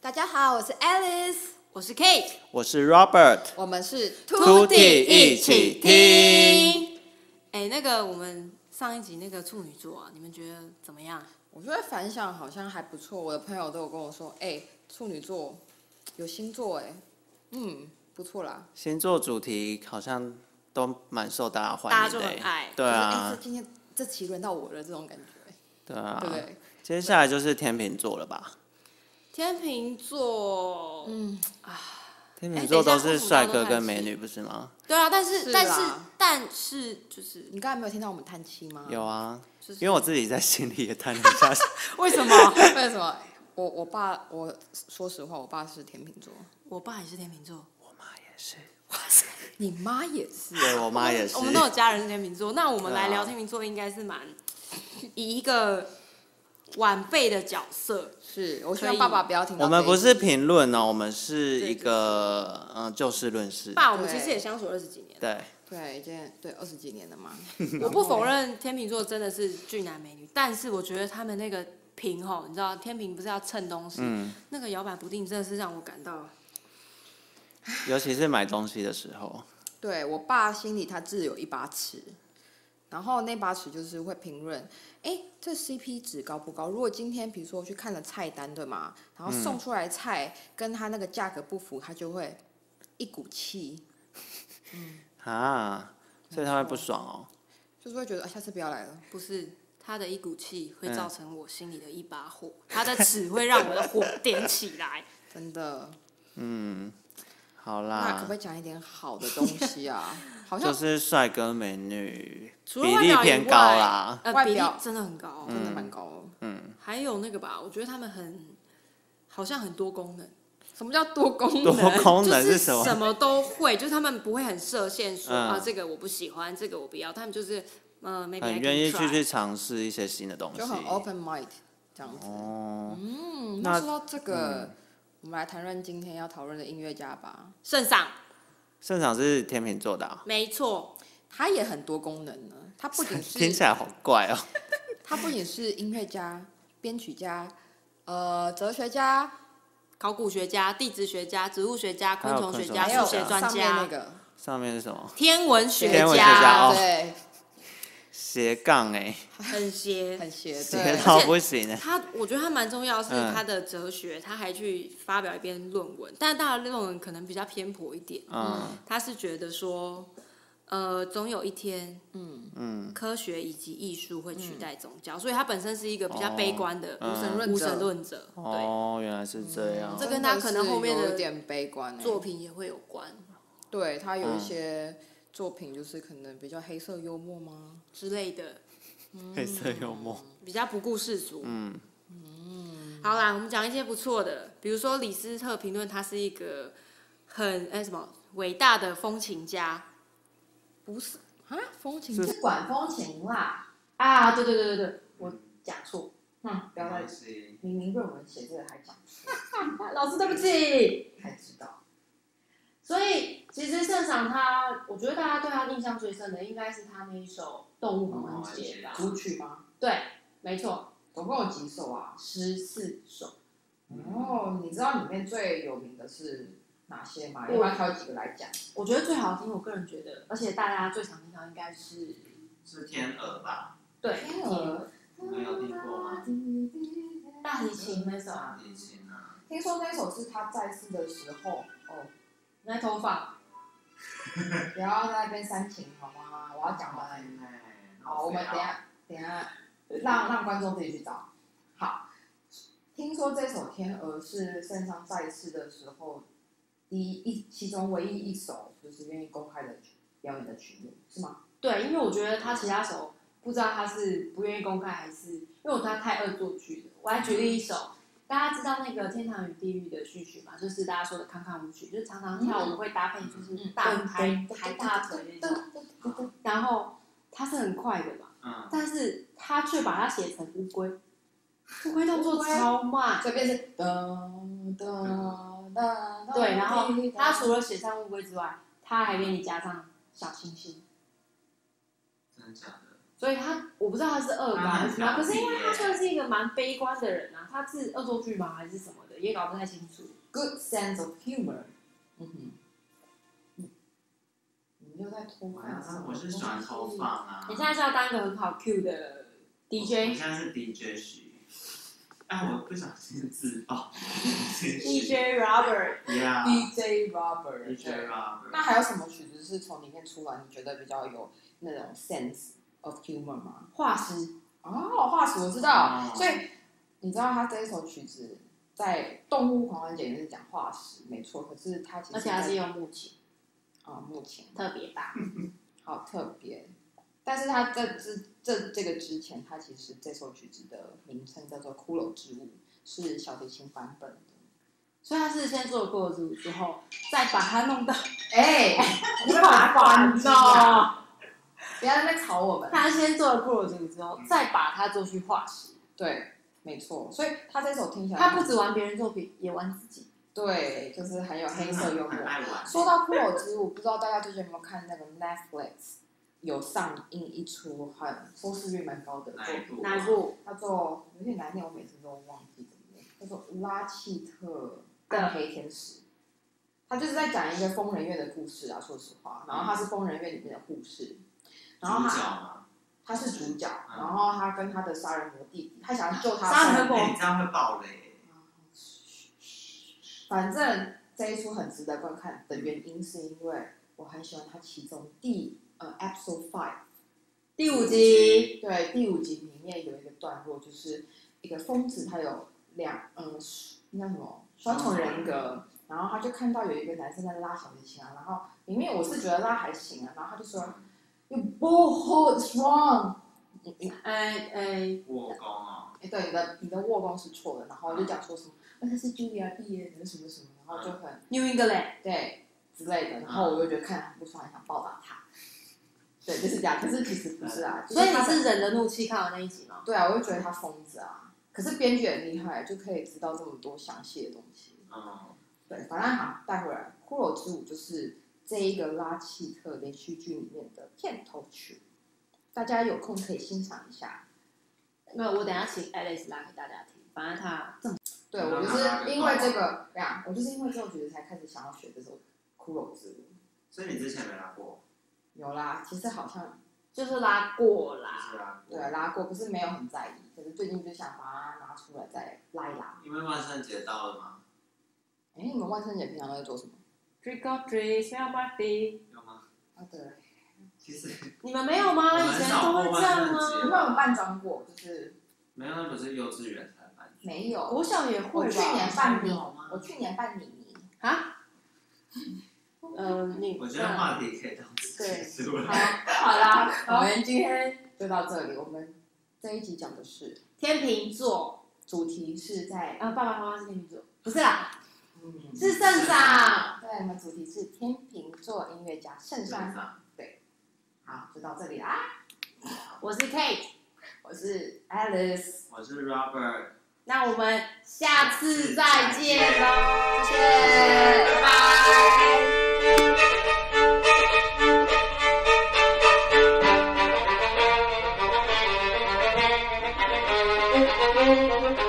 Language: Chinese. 大家好，我是 Alice，我是 Kate，我是 Robert，我们是秃顶一起听。哎、那个我们上一集那个处女座啊，你们觉得怎么样？我觉得反响好像还不错，我的朋友都有跟我说，哎、处女座有星座哎、嗯，不错啦。星座主题好像都蛮受大家欢迎大的、家欸就很爱对就是哎啊这，今天这期轮到我了，这种感觉，对啊，对不对？接下来就是天秤座了吧？天秤座，嗯，天秤座都哎等是一下帅哥跟美女，不是吗？对啊，但是是但是啦但是就是你刚才没有听到我们叹气吗？有啊，嗯就是因为我自己在心里也探了一 下，为什么？为什么？我我爸，我说实话，我爸是天秤座， 我爸也是天秤座，我妈也是，你妈也是。对我妈也是我，们都有家人是天秤座，那我们对啊来聊天秤座应该是蛮以一个晚辈的角色，是，我希可望以爸爸不要听到。我们不是，评论哦，我们是一个嗯就事论事，爸，我们其对实也相处二十几年，对，对，已经对二十几年了嘛。我不否认天秤座真的是俊男美女，但是我觉得他们那个平吼，你知道天平不是要称东西，嗯，那个摇摆不定真的是让我感到尤其是买东西的时候，对我爸心里他自有一把尺，然后那把尺就是会评论，哎，这 CP 值高不高？如果今天比如说我去看了菜单，对吗？然后嗯送出来菜跟他那个价格不符，他就会一股气，啊，所以他会不爽哦。就是会觉得、啊、下次不要来了。不是他的一股气会嗯造成我心里的一把火，他的尺会让我的火点起来。真的，嗯好那可啦不可，以讲一点好的东西啊？ 好像就是帅哥美女除了比外例表以偏高外啦，呃，嗯外比例表真的很高、哦嗯真的蛮高的。还有那个吧，我觉得他们很好像很多功能，什么叫多功多能？功能就是什么？什么都会，就是他们不会很设限说、嗯啊这个我不喜欢，这个我不要，他们就是呃 maybe I 很 can 愿意 try 去去尝试一些新的东西就。很 open mind 这样子。哦，嗯，那嗯那说到这个，我们来谈论今天要讨论的音乐家吧。圣上，盛场是天秤座的啊、没错，他也很多功能呢，他不 仅听起是来好怪哦。他不仅是音乐家、编曲家、呃哲学家，考古学家、地质学家、植物学家、还有昆虫学啊家、还有数是学专上面那家、个上面是什么？天文学天文学家哦对，斜杠哎、很邪。很邪斜对。到不行哎、他我觉得他蛮重要，是嗯他的哲学，他还去发表一篇论文，但他的论文可能比较偏颇一点。嗯，他是觉得说，呃，总有一天，嗯嗯，科学以及艺术会取代宗教，所以他本身是一个比较嗯哦悲观的嗯无神论无者神论者，嗯对，哦，原来是这嗯样。这跟他可能后面真的是有点悲观欸作品也会有关对他有一些作品就是可能比较黑色幽默吗？之类的， 黑色幽默，比较不顾世俗。嗯，好啦，我们讲一些不错的，比如说李斯特评论他是一个很哎、什么伟大的风琴家，不是啊，风情是不管风情啦，啊，对对对对对，我讲错，嗯，不要再系，明明论文写这个还讲，老师对不起。还知道所以其实盛赏他，我觉得大家对他印象最深的应该是他那一首《动物狂欢节》吧？主曲吗？对，没错，总共有几首啊？十四首。哦，你知道里面最有名的是哪些吗？我要不要挑几个来讲？我觉得最好听，我个人觉得，而且大家最常听到应该是是天鹅吧？对天鹅，你们有听过吗？大提琴那首，地形啊，听说那首是他在世的时候哦，你在头发。不要在那边煽情好吗？我要讲完。好，我们等一下等一下让让观众自己去找。好，听说这首《天鹅》是圣上在世的时候第一一其中唯一一首就是愿意公开的曲表演的曲目是吗？对，因为我觉得他其他首不知道他是不愿意公开，还是因为我觉得他太恶作剧了。我还举例一首，大家知道那个《天堂与地狱》的序曲嘛，就是大家说的康康舞曲，就是常常跳舞会搭配，就是大拍拍大腿那种。种。然后它是很快的嘛，嗯，但是他却把它写成乌龟，乌龟动作超慢。这边是噔噔噔，对，然后他除了写上乌龟之外，他还给你加上小星星。真的假的？所以他我不知道他是恶搞还是什么，他很调皮可是因为他算是一个蛮悲观的人啊，他是恶作剧吗还是什么的，也搞不太清楚。 good sense of humor。嗯哼，嗯你又在偷啊看晚什么上？我是转头放啊。你现在是要当一个很好 Q 的我 DJ 现在是 DJ 徐。哎，我不小心自 爆。 DJ Robert Yeah。 DJ Robert。 DJ Robert。那还有什么曲子是从里面出来？你觉得比较有那种 sense of humor 吗？化石，哦，化石我知道，哦所以你知道他这一首曲子在《动物狂欢节》里面是讲化石，没错。可是他其实而且他是在用木琴，啊、目前特别大。好特别。但是他在之这这个之前，他其实这首曲子的名称叫做《骷髅之舞》，是小提琴版本的。所以他是先做过之之后，再把它弄到哎、 你好烦哦！哦，不要在那边吵我们。他先做了骷髅之舞之后，再把它做去化石。对，没错。所以他这首听起来，他不只玩别人作品，也玩自己。对，就是很有黑色幽默很。爱玩。说到骷髅之舞，不知道大家最近有没有看那个 Netflix 有上映一出很收视率蛮高的作哪一品，部？哪一？部叫做有点难念，我每次都忘记怎么念，叫做《拉契特暗黑天使》。他就是在讲一个疯人院的故事啊，说实话，然后他是疯人院里面的护士，然后主角他吗？他是主角，嗯然后他跟他的杀人魔弟弟，他想要救他杀人的魔哎你这样会爆雷。反正这一出很值得观看的原因，是因为我很喜欢它其中第呃 episode five，第五集？对第五集里面有一个段落，就是一个疯子，他有两嗯那叫什么双重人格，然后他就看到有一个男生在拉小提琴啊，然后里面我是觉得拉还行啊，然后他就说 You ball hold is wrong，你你哎哎，卧功哦，哎，对，你的你的握功是错的，然后就讲说什么，那他是 Julia 毕业的什么什么，然后就很。 ，New England，对之类的，然后我就觉得看他很不爽，很想暴打他。 对，就是这样。可是其实不是啊，就所以你他的是忍着怒气看完那一集吗？对啊，我就觉得他疯子啊。可是编剧很厉害，就可以知道这么多详细的东西。嗯，对，反正好带回来，《骷髅之舞》就是这一个拉契特连续剧里面的片头曲，大家有空可以欣赏一下。那我等一下请 Alice 拉给大家听，反正他这么对我就是因为这个，对啊，我就是因为这首曲子才开始想要学这首《骷髅之舞所以你之前没拉过，》。有啦，其实好像就是拉过就是啊啦，拉过对，。啊拉过，可是没有很在意，可是最近就想把它拿出来再拉一拉。因为万圣节到了嘛，哎，你们万圣节平常都在做什么？ Trick or treat, smell my feet。有吗？啊，对，其实你们没有吗？我以们前少都过会这样万圣吗？节有没有扮装过？就是没有，啊那不是幼稚园才办。没有。国小也我会吧？去年扮你，有吗我去年扮妮妮。啊？呃，你我觉得话题可以到此结束了。好，好啦，我们今天就到这里。我们这一集讲的是天秤座，主题是在啊，爸爸妈妈是天秤座，不是啦，嗯，是圣长。对，我们主题是天秤座音乐家圣山。上，好，就到这里啦。我是 Kate，我是 Alice， 我是 Robert。那我们下次再见喽，谢谢，拜拜拜。 Thank you.